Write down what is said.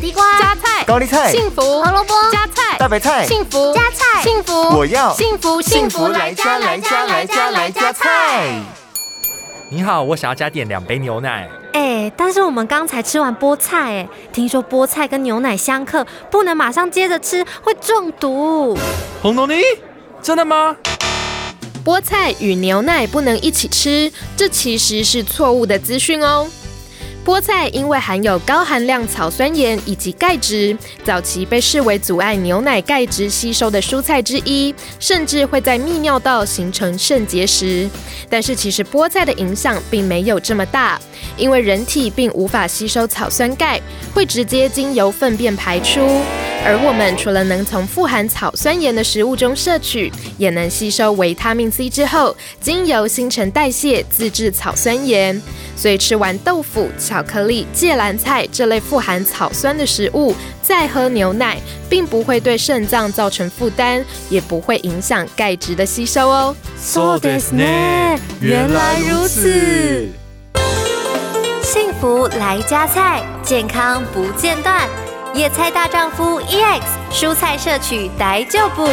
地瓜、加菜、高丽菜、幸福、胡萝卜、加菜、大白菜、幸福、加菜幸福，我要幸福幸福来家来家来家来家菜。你好，我想要加点两杯牛奶。哎，但是我们刚才吃完菠菜，哎，听说菠菜跟牛奶相克，不能马上接着吃，会中毒。红豆泥，真的吗？菠菜与牛奶不能一起吃，这其实是错误的资讯哦。菠菜因为含有高含量草酸盐以及钙质，早期被视为阻碍牛奶钙质吸收的蔬菜之一，甚至会在泌尿道形成肾结石。但是其实菠菜的影响并没有这么大，因为人体并无法吸收草酸钙，会直接经由粪便排出。而我们除了能从富含草酸盐的食物中摄取，也能吸收维他命 C 之后，经由新陈代谢自制草酸盐。所以吃完豆腐、巧克力、芥蓝菜这类富含草酸的食物，再喝牛奶，并不会对肾脏造成负担，也不会影响钙质的吸收哦。そうですね原来如此。幸福来加菜，健康不 E 间断。野菜大丈夫 EX，蔬菜摄取逮就补。